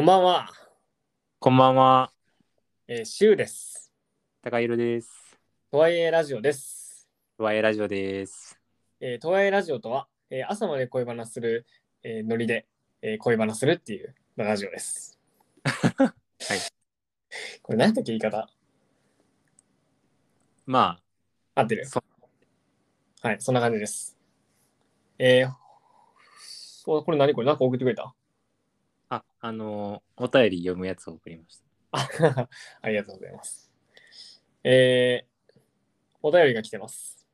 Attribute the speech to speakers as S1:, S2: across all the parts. S1: んばんは、
S2: こんばんは、
S1: えー、シュウです。
S2: 高弘です。
S1: とはいえラジオです。
S2: ワイラジオです。
S1: えー、とはいえラジオとは、えー朝まで恋バナする、えーノリで、えー恋バナするっていう、まあラジオです。 はい。これ何だっけ言い方
S2: ま
S1: 合ってる
S2: そ
S1: はい、そんな感じです。えー、おこれ何これ何か送ってくれた
S2: あ、あ、あのーお便り読むやつを送りまし
S1: あ ありがとうございます。えーお便りが来てます。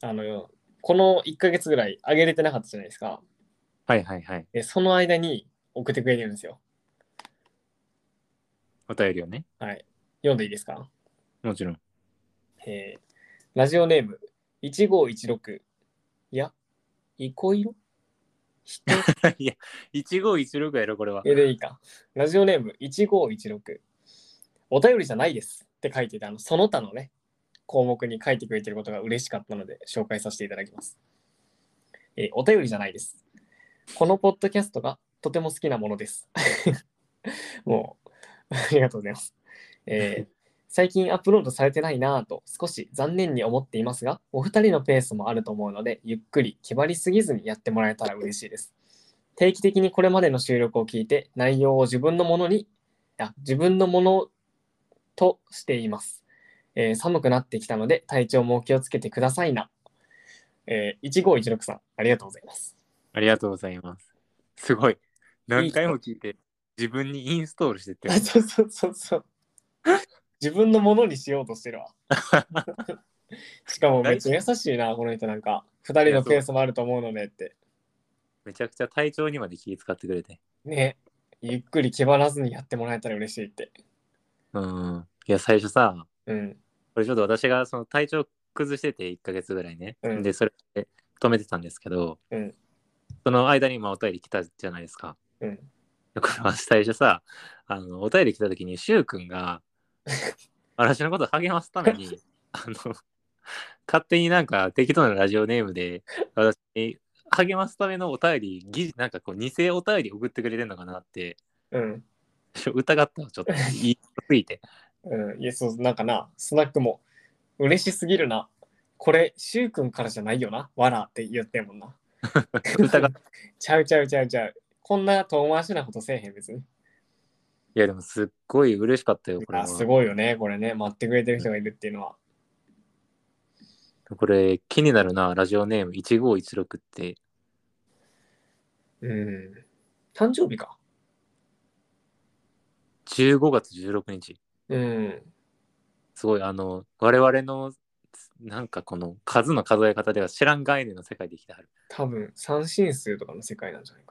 S1: あの、この1ヶ月ぐらい上げれてなかったじゃないですか。
S2: た。はいはいはい。
S1: でその間に送ってくれてるんですよ。
S2: お便りをね、
S1: はい。読んでいいですか、
S2: もちろん。
S1: えーラジオネーム1516。いや、いこいろ人
S2: いや、1516やろ、これは。
S1: えでいいか。ラジオネーム1516。お便りじゃないですって書いてた、あのその他のね、項目に書いてくれてることが嬉しかったので、紹介させていただきます。えーお便りじゃないです。このポッドキャストがとても好きなものです。 もう、ありがとうございます。えー最近アップロードされてないなぁと少し残念に思っていますが、お二人のペースもあると思うので、ゆっくり気張りすぎずにやってもらえたら嬉しいです。定期的にこれまでの収録を聞いて、内容を自分のものに、あ自分のものとしています、えー寒くなってきたので、体調もお気をつけてくださいな。えー、1516さん、ありがとうございます。
S2: ありがとうございます。すごい。何回も聞いて、自分にインストールしてって。
S1: そうそうそうそう。自分のものにしようとしてる わ。しかもめっちゃ優しいな、この人なんか。二人のペースもあると思うのでって。
S2: めちゃくちゃ体調にまで気使ってくれて。
S1: ね。ゆっくり気張らずにやってもらえたら嬉しいって。
S2: うん。いや、最初さ、
S1: うん。
S2: これちょっと私がその体調崩してて1ヶ月ぐらいね。
S1: うん
S2: で、それで止めてたんですけど、
S1: うん
S2: その間にまあお便り来たじゃないですか。
S1: うん。
S2: これは最初さ、あの、お便り来た時に、しゅうくんが、 私のことを励ますために、あの、勝手になんか適当なラジオネームで、私に励ますためのお便り、ぎなんかこう、偽お便り送ってくれてんのかなって、
S1: うん。
S2: ちょ疑ったの、ちょっと、言いすぎて。
S1: うん。いや、そう、なんかな、スナックも嬉しすぎるな。これ、しゅうくんからじゃないよな。わらって言ってんもんな。
S2: 疑っ
S1: ちゃうちゃうちゃうちゃう。こんな遠回しなことせえへん、別に。
S2: いや、でもすっごい嬉しかったよ、これ
S1: あ
S2: は。
S1: すごいよね、これね。待ってくれてる人がいるっていうのは。
S2: これ、気になるな、ラジオネーム1516って。
S1: うん。誕生日か。
S2: 15月16日。
S1: うん。
S2: すごいあの我々のなんかこの数の数え方では知らん概念の世界で生きてはる。
S1: 多分、三進数とかの世界なんじゃない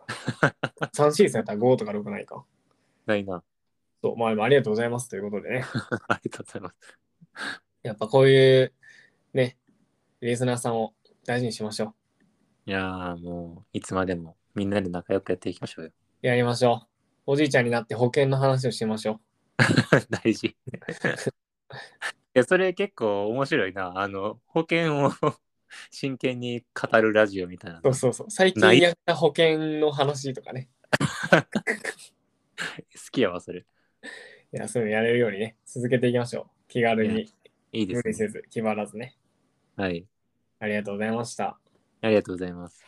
S1: か。 三進数やったら5とか6ないか。
S2: ないな。
S1: そう、まあでもありがとうございますということでね。
S2: ありがとうございます。
S1: やっぱこういう、ね、リスナーさんを大事にしましょ
S2: いやーもういつまでもみんなで仲良くやっていきましょうよ。
S1: う。やりましょう。おじいちゃんになって保険の話をしましょう。
S2: 大事。い やそれ結構面白いな。あの保険を真剣に語るラジオみたいな
S1: そ
S2: の。
S1: うそうそう。最
S2: な
S1: 近
S2: い
S1: やった保険の話とかね。
S2: 好きやわそれ。
S1: いや、そういうのやれるようにね、続けていきましょう。気軽
S2: い
S1: に、
S2: いいで
S1: 無
S2: す
S1: 理
S2: ね。
S1: せず、気張らずね。
S2: はい。
S1: ありがとうございました。
S2: ありがとうございます。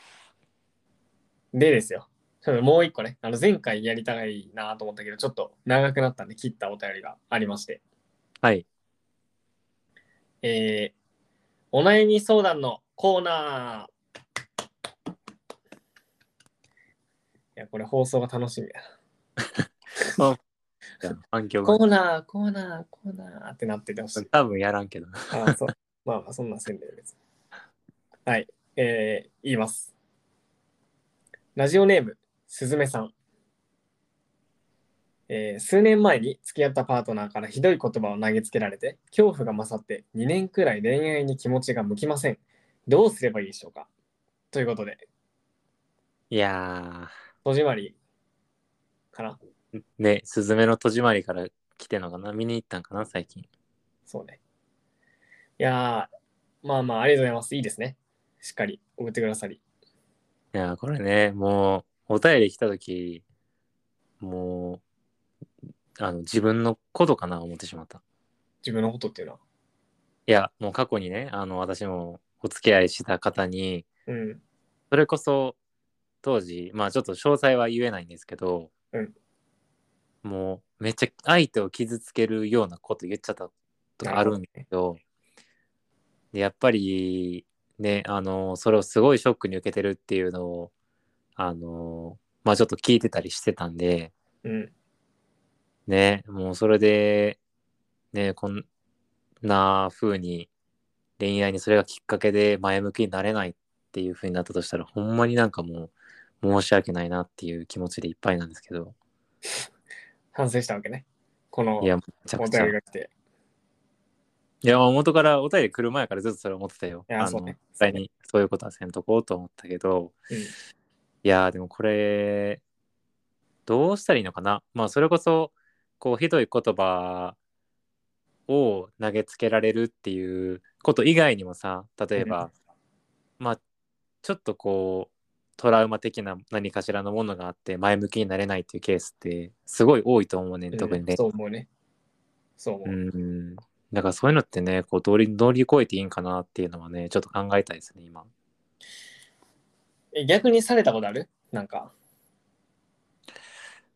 S1: でですよ。ちょっともう一個ね、あの前回やりたいなと思ったけど、ちょっと長くなったんで切ったお便りがありまして、
S2: はい。
S1: えー、お悩み相談のコーナー。いや、これ放送が楽しみや
S2: じゃあ反響
S1: な。コ
S2: が
S1: ーナー、コーナー、コーナーってなっててほしい。
S2: 多分やらんけど。
S1: あーそう。まあまあ、そんなんせんで別に。はい。えー、言います。ラジオネーム、すずめさん。えー数年前に付き合ったパートナーからひどい言葉を投げつけられて、恐怖が勝って2年くらい恋愛に気持ちが向きません。どうすればいいでしょうかということで、
S2: いや
S1: 戸締まりかな
S2: ーねスズメの戸締まりから来てんのかな見に行ったんかな最近。
S1: そうね。いやー、まあまあ、ありがとうございます。いいですね。しっかり送ってくださり。
S2: いやーこれねもうお便り来た時もう、あの、自分のことかな思ってしまった。
S1: 自分のことっていうのは。
S2: いや、もう過去にね、あの、私もお付き合いした方に、
S1: うん。
S2: それこそ当時、まあちょっと詳細は言えないんですけど、
S1: うん
S2: もうめっちゃ相手を傷つけるようなこと言っちゃったことがあるんだけど、でやっぱりね、あの、それをすごいショックに受けてるっていうのを、あの、まあちょっと聞いてたりしてたんで、
S1: うん。
S2: ね、もうそれで、ね、こんな風に恋愛にそれがきっかけで前向きになれないっていう風になったとしたら、ほんまになんかもう申し訳ないなっていう気持ちでいっぱいなんですけど、
S1: 反省したわけね。この
S2: いや、めちゃ
S1: お
S2: くちゃ。
S1: 便り
S2: い
S1: が来て。
S2: や、もう元からお便り来る前からずっとそれ思ってたよ。
S1: いや
S2: あ
S1: そ
S2: の、
S1: うね
S2: 絶対にそういうことはせんとこうと思ったけど、
S1: うん
S2: いやー、でもこれ、どうしたらいいのかなまあ、それこそ、こう、ひどい言葉を投げつけられるっていうこと以外にもさ、例えば、まあ、ちょっとこう、トラウマ的な何かしらのものがあって、前向きになれないっていうケースって、すごい多いと思うね
S1: うん
S2: ん、特にね
S1: そう思うね。そう思う。
S2: うん。だからそういうのってね、こう乗り乗り越えていいんかなっていうのはね、ちょっと考えたいですね、今。
S1: え逆にされたことあるなんか。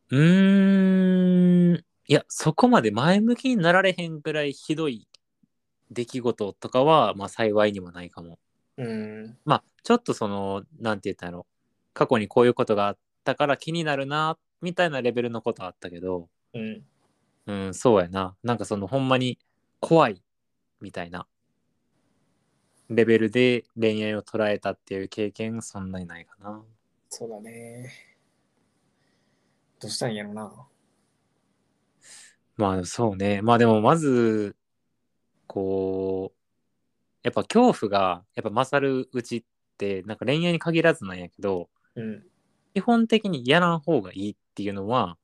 S2: うーん。いや、そこまで前向きになられへんくらいひどい出来事とかは、まあ幸いにもないかも。
S1: うん。
S2: まあ、ちょっとその、なんて言ったんやろ。過去にこういうことがあったから気になるな、みたいなレベルのことはあったけど、
S1: うん。
S2: うん、そうやな。なんかその、ほんまに怖いみたいなレベルで恋愛を捉えたっていう経験、そんなにないかな。
S1: そうだね。どうしたんやろな。
S2: まあ、そうね。まあでも、まず、こう、やっぱ恐怖が、やっぱ勝るうちって、なんか恋愛に限らずなんやけど、
S1: うん。
S2: 基本的にやらん方がいいっていうのは、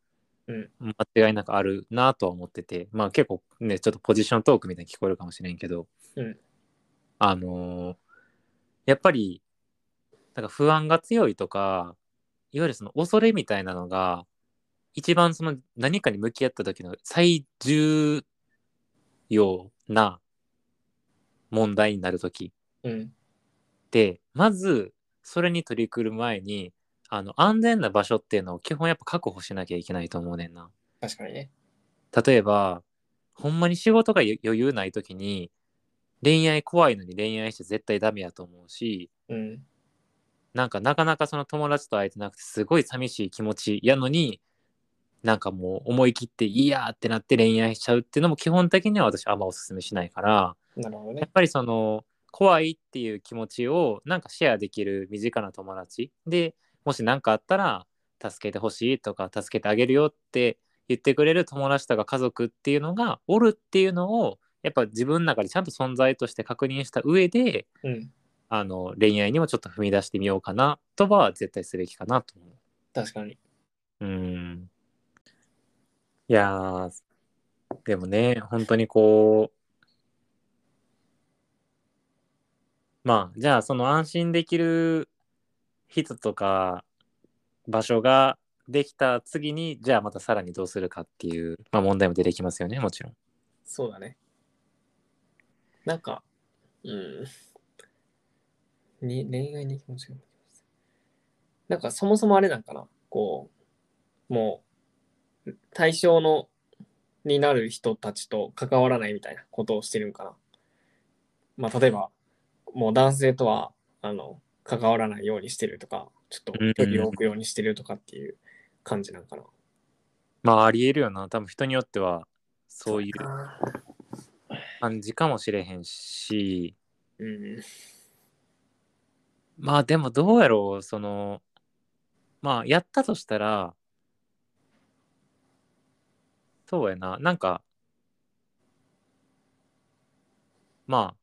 S1: うん
S2: 間違いなくあるなとは思ってて、まあ結構ね、ちょっとポジショントークみたいに聞こえるかもしれんけど、
S1: うん
S2: あのーやっぱり、なんか不安が強いとか、いわゆるその恐れみたいなのが、一番その何かに向き合った時の最重要な問題になる時
S1: うん。
S2: でまずそれに取り組む前にあの安全な場所っていうのを基本やっぱ確保しなきゃいけないと思うねんな
S1: 確かにね。
S2: 例えばほんまに仕事が余余裕ない時に恋愛怖いのに恋愛して絶対ダメやと思うし
S1: うん。
S2: なんかなかなかその友達と会えてなくてすごい寂しい気持ちやのになんかもう思い切っていいやってなって恋愛しちゃうっていうのも基本的には私あんまおすすめしないから
S1: なるほど
S2: や
S1: ね
S2: っ。ぱりその怖いっていう気持ちをなんかシェアできる身近な友達でもし何かあったら助けてほしいとか助けてあげるよって言ってくれる友達とか家族っていうのがおるっていうのをやっぱ自分の中でちゃんと存在として確認した上で
S1: うん。
S2: あの恋愛にもちょっと踏み出してみようかなとは絶対すべきかなと思う。
S1: 確かに。
S2: うん。いやー、でもね、本当にこう、まあ、じゃあ、その安心できる人とか場所ができた次に、じゃあまたさらにどうするかっていう、まあ、問題も出てきますよね、もちろん。
S1: そうだね。なんか、うん。に恋愛に気持ちが向きます。なんかそもそもあれなんかな。こう、もう、対象の、になる人たちと関わらないみたいなことをしてるんかな。まあ、例えば、もう男性とは、あの、関わらないようにしてるとか、ちょっと距離を置くようにしてるとかっていう感じなんかな。
S2: まあ、ありえるよな。多分人によっては、そういう
S1: あ
S2: 感じかもしれへんし、
S1: ーうん。
S2: まあでもどうやろうそのまあやったとしたらそうやななんかま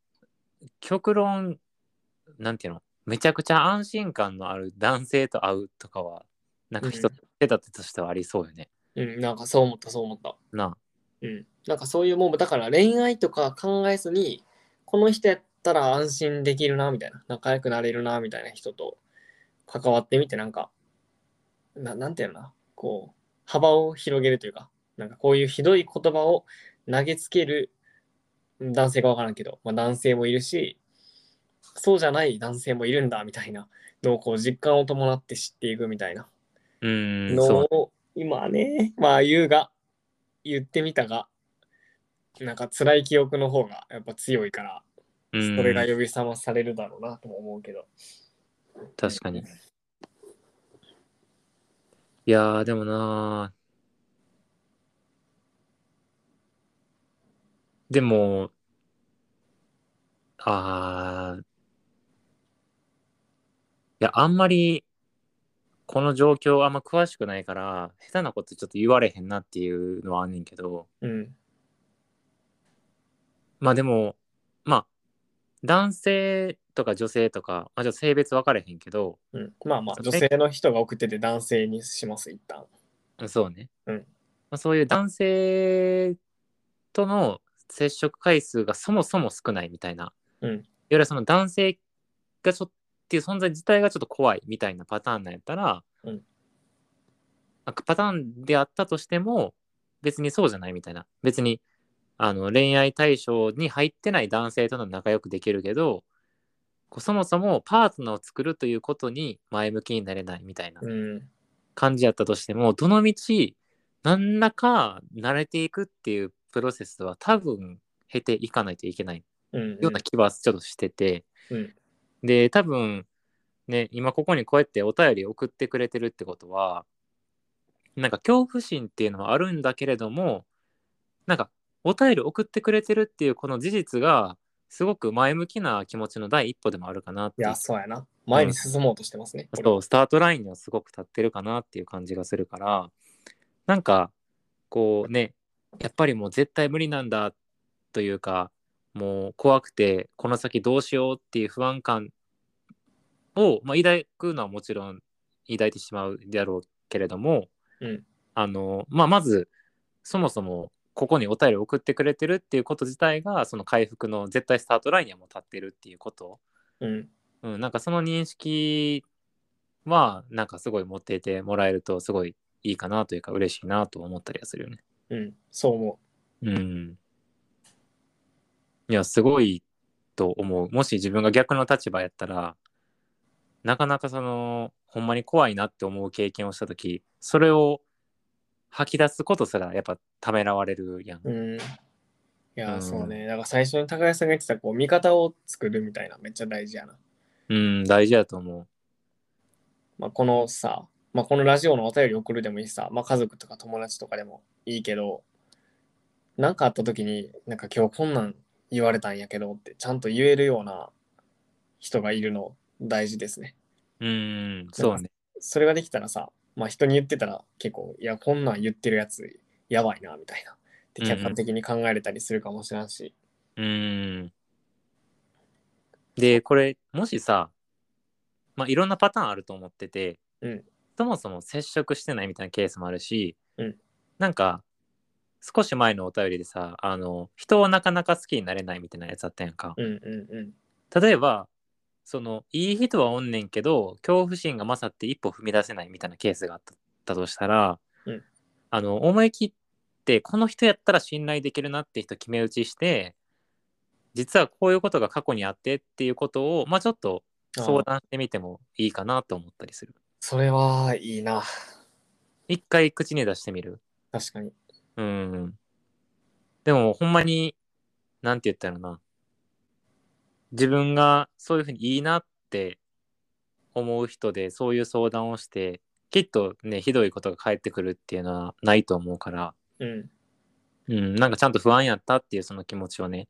S2: あ極論なんていうのめちゃくちゃ安心感のある男性と会うとかはなんか人
S1: うん
S2: 手立てとしてはありそうよね、
S1: うん、なんかそう思った、そう思った。
S2: な
S1: うん、なんかそういうもうだから恋愛とか考えずにこの人やったら安心できるなみたいな仲良くなれるなみたいな人と関わってみてなんかななんていうのかなこう幅を広げるというか、なんかこういうひどい言葉を投げつけるうん男性がわからんけど、まあ、男性もいるし、そうじゃない男性もいるんだみたいなのをこう実感を伴って知っていくみたいな
S2: うん、
S1: の
S2: そう。
S1: を今ね、まあ言うが、言ってみたが、なんか辛い記憶の方がやっぱ強いから、
S2: うん
S1: それが呼び覚まされるだろうなとも思うけど。
S2: 確かに。いやー、でもなーでも、あーいや、あんまり、この状況あんま詳しくないから、下手なことちょっと言われへんなっていうのはあんねんけど、
S1: うん。
S2: まあでも、まあ、男性とか女性とか、まあ、ちょっと性別分かれへんけど、
S1: うん、まあまあ、
S2: そう
S1: 女性の人が送ってて男性にします、一旦。
S2: そうね。
S1: うん
S2: まあ、そういう男性との接触回数がそもそも少ないみたいな。
S1: うん
S2: いわゆるその男性がちょっとっていう存在自体がちょっと怖いみたいなパターンなんやったら、
S1: うん
S2: あパターンであったとしても別にそうじゃないみたいな。別にあの恋愛対象に入ってない男性との仲良くできるけど、こうそもそもパートナーを作るということに前向きになれないみたいな。
S1: うん。
S2: 感じやったとしてもどの道何らか慣れていくっていうプロセスは多分経ていかないといけない
S1: うん、
S2: ような気はちょっとしてて、
S1: うん
S2: で多分ね今ここにこうやってお便り送ってくれてるってことはなんか恐怖心っていうのはあるんだけれどもなんかお便り送ってくれてるっていうこの事実がすごく前向きな気持ちの第一歩でもあるかなって
S1: い
S2: いう
S1: や、そうやな。前に進もうとしてますね。これ
S2: そう、スタートラインにはすごく立ってるかなっていう感じがするから、なんか、こうね、やっぱりもう絶対無理なんだというか、もう怖くて、この先どうしようっていう不安感を、まあ、抱くのはもちろん抱いてしまうであろうけれども、
S1: うん
S2: あの、まあ、まず、そもそも、ここにお便りを送ってくれてるっていうこと自体が、その回復の絶対スタートラインにはもう立ってるっていうこと
S1: うん。
S2: うん、なんかその認識は、なんかすごい持っていてもらえると、すごいいいかなというか、嬉しいなと思ったりはするよね。
S1: うん。そう思
S2: うん。いや、すごいと思う。もし自分が逆の立場やったら、なかなかその、ほんまに怖いなって思う経験をしたとき、それを吐き出すことすら、やっぱためらわれるやん。
S1: う。うん。いや、
S2: うん
S1: そうね。だから最初に高橋さんが言ってた、こう、味方を作るみたいな、めっちゃ大事やな。
S2: うん、大事やと思う。
S1: まあ、このさ、まあ、このラジオのお便り送るでもいいしさ、まあ、家族とか友達とかでもいいけど、なんかあった時に、なんか今日こんなん言われたんやけどって、ちゃんと言えるような人がいるの大事ですね。
S2: うん、そうね。
S1: それができたらさ、まあ、人に言ってたら結構、いや、こんなん言ってるやつやばいな、みたいな。で、客観的に考えれたりするかもしれんし。
S2: うーん。で、これ、もしさ、まあ、いろんなパターンあると思ってて、
S1: うん
S2: そもそも接触してないみたいなケースもあるし、
S1: うん
S2: なんか、少し前のお便りでさ、あの、人をなかなか好きになれないみたいなやつあったやんか。
S1: うんうんうん。
S2: 例えば、その、いい人はおんねんけど、恐怖心が勝って一歩踏み出せないみたいなケースがあったったとしたら、
S1: うん
S2: あの、思い切って、この人やったら信頼できるなって人決め打ちして、実はこういうことが過去にあってっていうことを、まあちょっと相
S1: そう
S2: 談してみてもいいかなと思ったりする。
S1: それはいいな。
S2: 一回口に出してみる。
S1: 確かに。
S2: うん。でも、ほんまに、なんて言ったらいいのかな。自分がそういうふうにいいなって思う人で、そういう相談をして、きっとね、ひどいことが返ってくるっていうのはないと思うから、
S1: うん。
S2: うん、なんかちゃんと不安やったっていうその気持ちをね、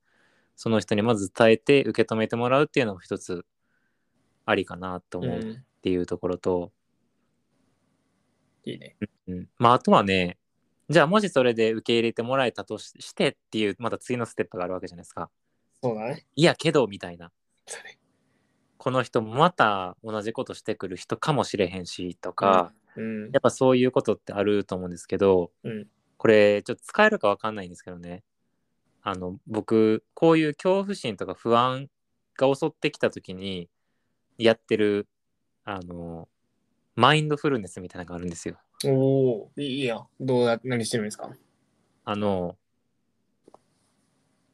S2: その人にまず伝えて受け止めてもらうっていうのも一つありかなと
S1: う
S2: 思うっ
S1: ん。
S2: ていうところと、
S1: いいね。
S2: うん、まああとはねじゃあもしそれで受け入れてもらえたとししてっていうまた次のステップがあるわけじゃないですか
S1: そうだね。
S2: いやけどみたいな
S1: それ
S2: この人もまた同じことしてくる人かもしれへんしとか、
S1: うん
S2: や。っぱそういうことってあると思うんですけど、
S1: うん
S2: これちょっと使えるかわかんないんですけどねあの僕こういう恐怖心とか不安が襲ってきた時にやってるあのマインドフルネスみたいなのがあるんですよ
S1: おお、いいやん。どうだ、何してるんですか
S2: あの、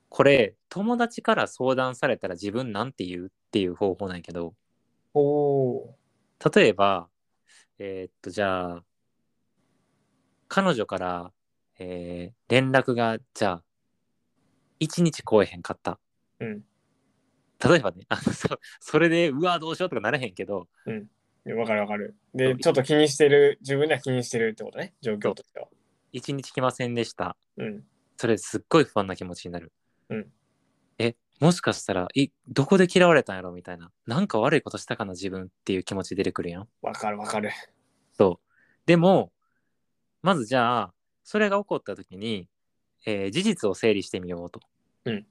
S2: これ、友達から相談されたら自分なんて言うっていう方法なんやけど、
S1: おお
S2: 例えば、えーっと、じゃあ、彼女から、えー連絡が、じゃあ、一日来えへんかった。
S1: ー、うん。
S2: 例えばね、あのそそれで、うわ、どうしようとかなれへんけど、
S1: いやわかるわかる。で、ちょっと気にしてる、自分では気にしてるってことね、状況としては。
S2: 一日来ませんでした。
S1: うん。
S2: それ、すっごい不安な気持ちになる。
S1: うん
S2: え、もしかしたら、い、どこで嫌われたんやろみたいな。なんか悪いことしたかな、自分っていう気持ち出てくるやん。
S1: わかるわかる。
S2: そう。でも、まずじゃあ、それが起こった時に、えー事実を整理してみようと。
S1: うん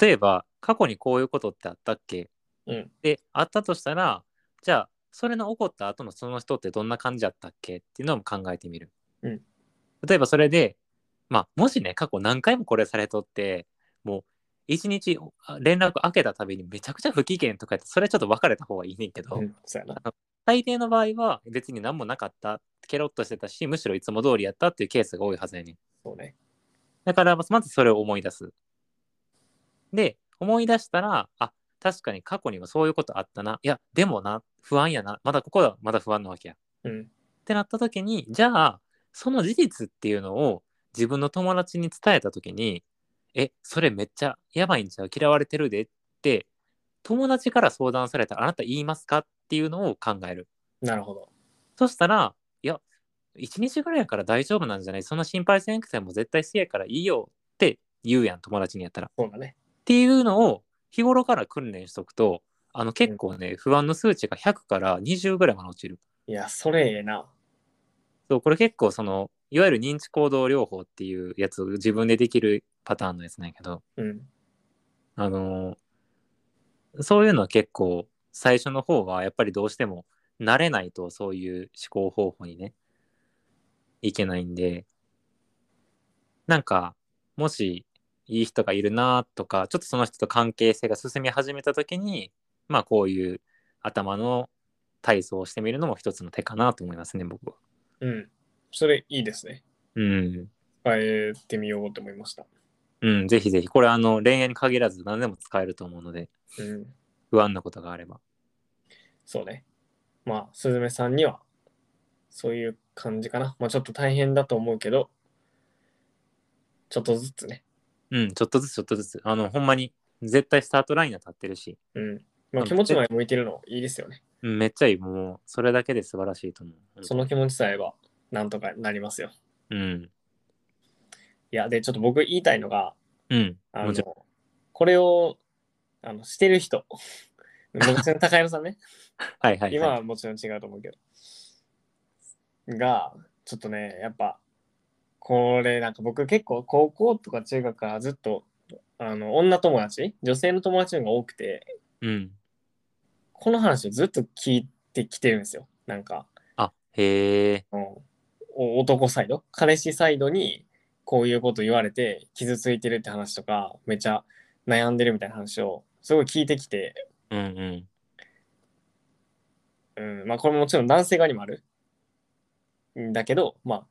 S2: 例えば、過去にこういうことってあったっけ
S1: うん。
S2: で、あったとしたら、じゃあ、それの起こった後のその人ってどんな感じだったっけっていうのも考えてみる。
S1: うん
S2: 例えばそれで、まあ、もしね、過去何回もこれされとって、もう、一日あ連絡開けたたびにめちゃくちゃ不機嫌とかやって、それはちょっと別れた方がいいねんけど、
S1: うん、そうやな。
S2: 大抵の場合は別に何もなかったケロッとしてたしむしろいつも通りやったっていうケースが多いはずやねん
S1: そうね。
S2: だからまずそれを思い出すで思い出したらあ確かに過去にもそういうことあったないやでもな不安やなまだここはまだ不安なわけやっ
S1: うん。
S2: てなった時にじゃあその事実っていうのを自分の友達に伝えた時にえそれめっちゃやばいんちゃう嫌われてるでって友達から相談されたらあなた言いますかっていうのを考える
S1: なるほど。
S2: そしたら、いや、1日ぐらいやから大丈夫なんじゃないそんな心配せんくても絶対せやからいいよって言うやん、友達にやったら。っ
S1: そうだね。
S2: ていうのを日頃から訓練しとくと、あの結構ね、不安の数値が100から20ぐらいまで落ちる。
S1: いや、それええな。
S2: そう、これ結構その、いわゆる認知行動療法っていうやつ、自分でできるパターンのやつなんやけど、
S1: うん。
S2: あのーそういうのは結構、最初の方はやっぱりどうしても慣れないとそういう思考方法にね、いけないんで、なんか、もしいい人がいるなとか、ちょっとその人と関係性が進み始めた時に、まあこういう頭の体操をしてみるのも一つの手かなと思いますね、僕は。
S1: うん。それいいですね。
S2: うん。
S1: 変えてみようと思いました。
S2: うん、ぜひぜひ。これあの、恋愛に限らず何でも使えると思うので、
S1: うん。
S2: 不安なことがあれば。
S1: そうね。まあ、すずめさんには、そういう感じかな。まあ、ちょっと大変だと思うけど、ちょっとずつね。
S2: うん、ちょっとずつちょっとずつ。あの、ほんまに、絶対スタートラインは立ってるし、
S1: うん。まあ、
S2: うん
S1: 気持ち前向いてるのいいですよね。
S2: うんめっちゃいい。もう、それだけで素晴らしいと思う。
S1: その気持ちさえあれば、なんとかなりますよ。
S2: うん。
S1: いや、で、ちょっと僕言いたいのが、
S2: うん。
S1: あ
S2: も
S1: の
S2: ちろん。、
S1: これを、あの、してる 人。もちろん高山さんね。
S2: はいはい、
S1: 今
S2: はい。
S1: はもちろん違うと思うけど。が、ちょっとね、やっぱ、これなんか僕結構高校とか中学からずっと、あの、女友達、女性の友達の方が多くて、
S2: うん。
S1: この話をずっと聞いてきてるんですよ。なんか、
S2: あ、へえ。
S1: うんお男サイド、彼氏サイドにこういうこと言われて傷ついてるって話とか、めちゃ悩んでるみたいな話をすごい聞いてきて、
S2: うんうん。
S1: うん、まあこれももちろん男性側にもある。んだけど、ま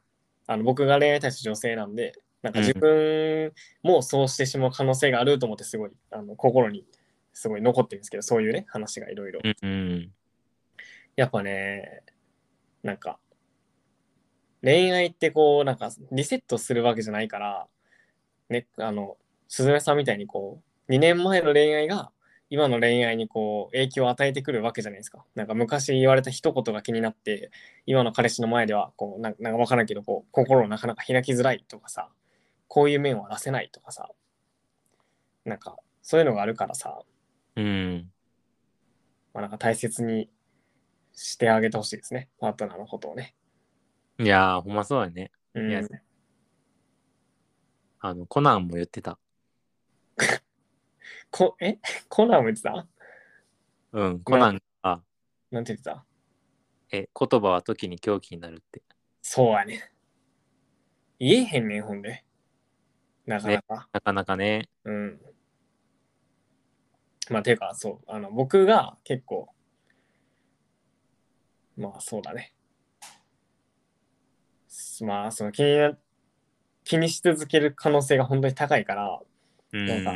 S1: あ、あの僕が恋愛対象女性なんで、なんか
S2: うん
S1: 自分もそうしてしまう可能性があると思って、すごい、あの心にすごい残ってるんですけど、そういうね、話がいろいろ。
S2: うんうん。
S1: やっぱね、なんか、恋愛ってこう、なんかリセットするわけじゃないから、ね、あの、鈴音さんみたいにこう、2年前の恋愛が今の恋愛にこう、影響を与えてくるわけじゃないですか。なんか昔言われた一言が気になって、今の彼氏の前では、こう、なんなんかわからんけど、こう、心をなかなか開きづらいとかさ、こういう面は出せないとかさ、なんか、そういうのがあるからさ、
S2: うん。
S1: まあ、なんか大切にしてあげてほしいですね。パートナーのことをね。
S2: いやー、ほんまそうやね。
S1: うん
S2: いやあの、コナンも言ってた。
S1: こえコナンも言ってた
S2: うん。
S1: コナ
S2: コ
S1: ン
S2: ナンが、
S1: なんて言ってた
S2: え、言葉は時に狂気になるって。
S1: そうやね。言えへんねん、ほんで。なかなか。
S2: なかなかね。
S1: うん。まあ、ていうか、そう。あの、僕が結構、まあ、そうだね。まあ、その気にな気にし続ける可能性が本当に高いから、
S2: うん
S1: なんか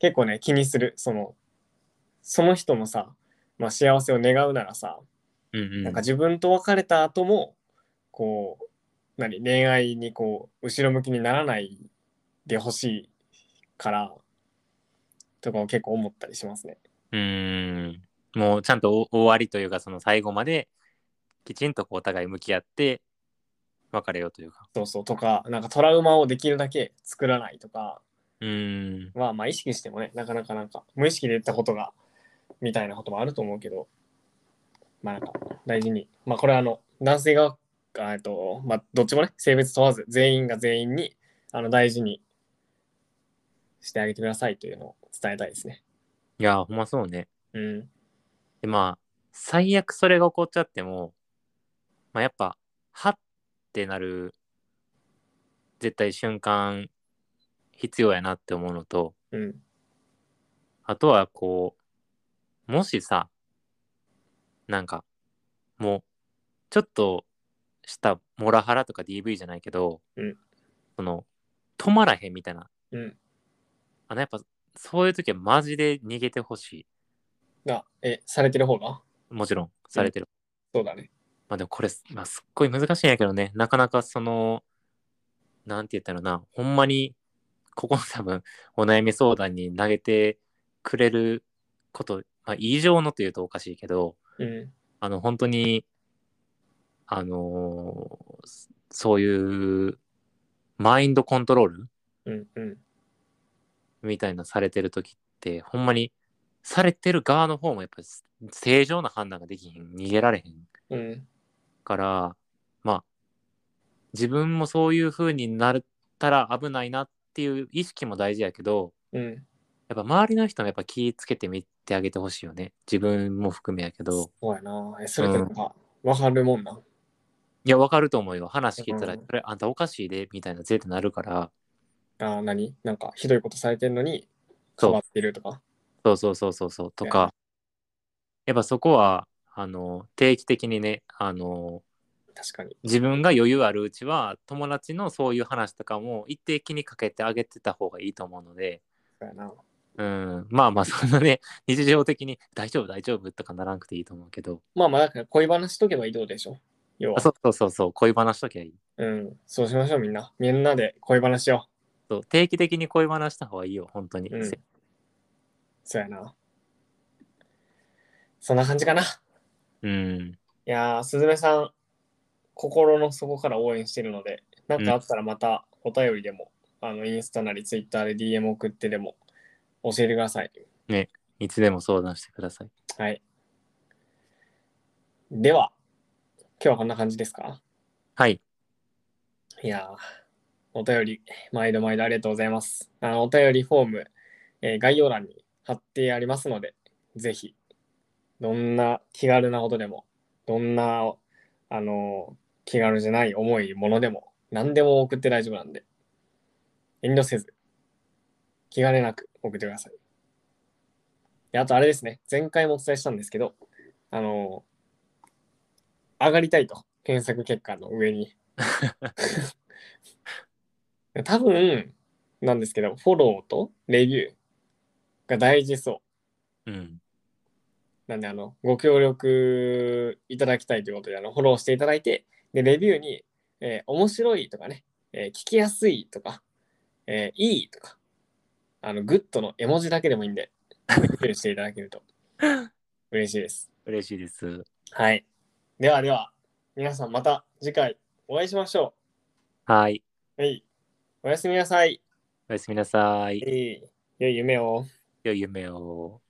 S1: 結構ね、気にする。その、その人のさ、まあ、幸せを願うならさ、
S2: うん
S1: なんか自分と別れた後も、こう、何、恋愛にこう、後ろ向きにならないでほしいから、とかを結構思ったりしますね。
S2: うんもうちゃんとお終わりというかその最後まできちんとこうお互い向き合って別れようというか
S1: そうそう、とか、なんかトラウマをできるだけ作らないとか、
S2: うん
S1: まあまあ意識してもね、なかなかなんか、無意識で言ったことが、みたいなこともあると思うけど、まあなんか、大事に。まあこれはあの、男性が、あえっと、まあどっちもね、性別問わず、全員が全員に、あの、大事にしてあげてくださいというのを伝えたいですね。
S2: いやほんまそうね
S1: うん。
S2: でまあ最悪それが起こっちゃっても、まあ、やっぱはってなる絶対瞬間必要やなって思うのと
S1: うん。
S2: あとはこうもしさなんかもうちょっとしたモラハラとか DV じゃないけど、
S1: うん
S2: その止まらへんみたいな
S1: うん。
S2: あのやっぱそういう時はマジで逃げてほし
S1: が、え、されてる方が
S2: いもちろんされてる
S1: そうだね。
S2: まあでもこれ、まあ、すっごい難しいんやけどね、なかなかその、なんて言ったらな、ほんまに、ここの 多分、お悩み相談に投げてくれること、まあ、以上のというとおかしいけど、
S1: うん。
S2: あの、本当に、あのーそういう、マインドコントロール
S1: うん。うん。
S2: みたいなされてる時って、ほんまに、されてる側の方もやっぱり正常な判断ができへん、逃げられへん
S1: うん。
S2: からまあ自分もそういう風になったら危ないなっていう意識も大事やけど
S1: うん。
S2: やっぱ周りの人もやっぱ気ぃつけてみてあげてほしいよね自分も含めやけど
S1: そうやな。え、それってなんか、わかるもんな。
S2: いやわかると思うよ話聞いたら
S1: う
S2: 「そ
S1: ん
S2: れあんたおかしいで」みたいな絶対なるから
S1: あー、何なんか、ひどいことされてるのに、
S2: そう
S1: 変わってるとか。
S2: そうそうそうそうそうとかやっぱそこはあの定期的にねあの
S1: 確かに。
S2: 自分が余裕あるうちは友達のそういう話とかも一定期にかけてあげてた方がいいと思うので
S1: そうやな。
S2: うん、まあまあそんなね日常的に大丈夫大丈夫とかならんくていいと思うけど
S1: まあまあ、だから恋話しとけばいいってことでしょ。要
S2: あ
S1: は。
S2: そうそうそうそう恋話しときゃいい
S1: うん。そうしましょう、みんな。みんなで恋話しよう。
S2: そう定期的に恋話した方がいいよ本当に、
S1: うんそうやな。そんな感じかな。い
S2: うん
S1: やー、すずめさん、心の底から応援してるので、なんかあったらまたお便りでも、あの、インスタなりツイッターで DM 送ってでも教えてください。
S2: いつでも相談してください
S1: はい。では、今日はこんな感じですか
S2: はい
S1: いやー、お便り、毎度毎度ありがとうございます。あのお便りフォーム、えー概要欄に貼ってありますので、ぜひ、どんな気軽なことでも、どんな、あのー気軽じゃない重いものでも、何でも送って大丈夫なんで、遠慮せず、気兼ねなく送ってください。であとあれですね、前回もお伝えしたんですけど、あのー上がりたいと、検索結果の上に。多分なんですけど、フォローとレビューが大事そ
S2: うん
S1: う。なんで、あの、ご協力いただきたいということで、あの、フォローしていただいて、で、レビューに、えー面白いとかね、えー聞きやすいとか、えーいいとか、あの、グッドの絵文字だけでもいいんで、レビューしていただけると嬉しいです。
S2: 嬉しいです
S1: はい。ではでは、皆さんまた次回お会いしましょ
S2: はい
S1: うん。はい。おやすみなさい。
S2: おやすみなさい
S1: えい良い夢を。
S2: 良い夢を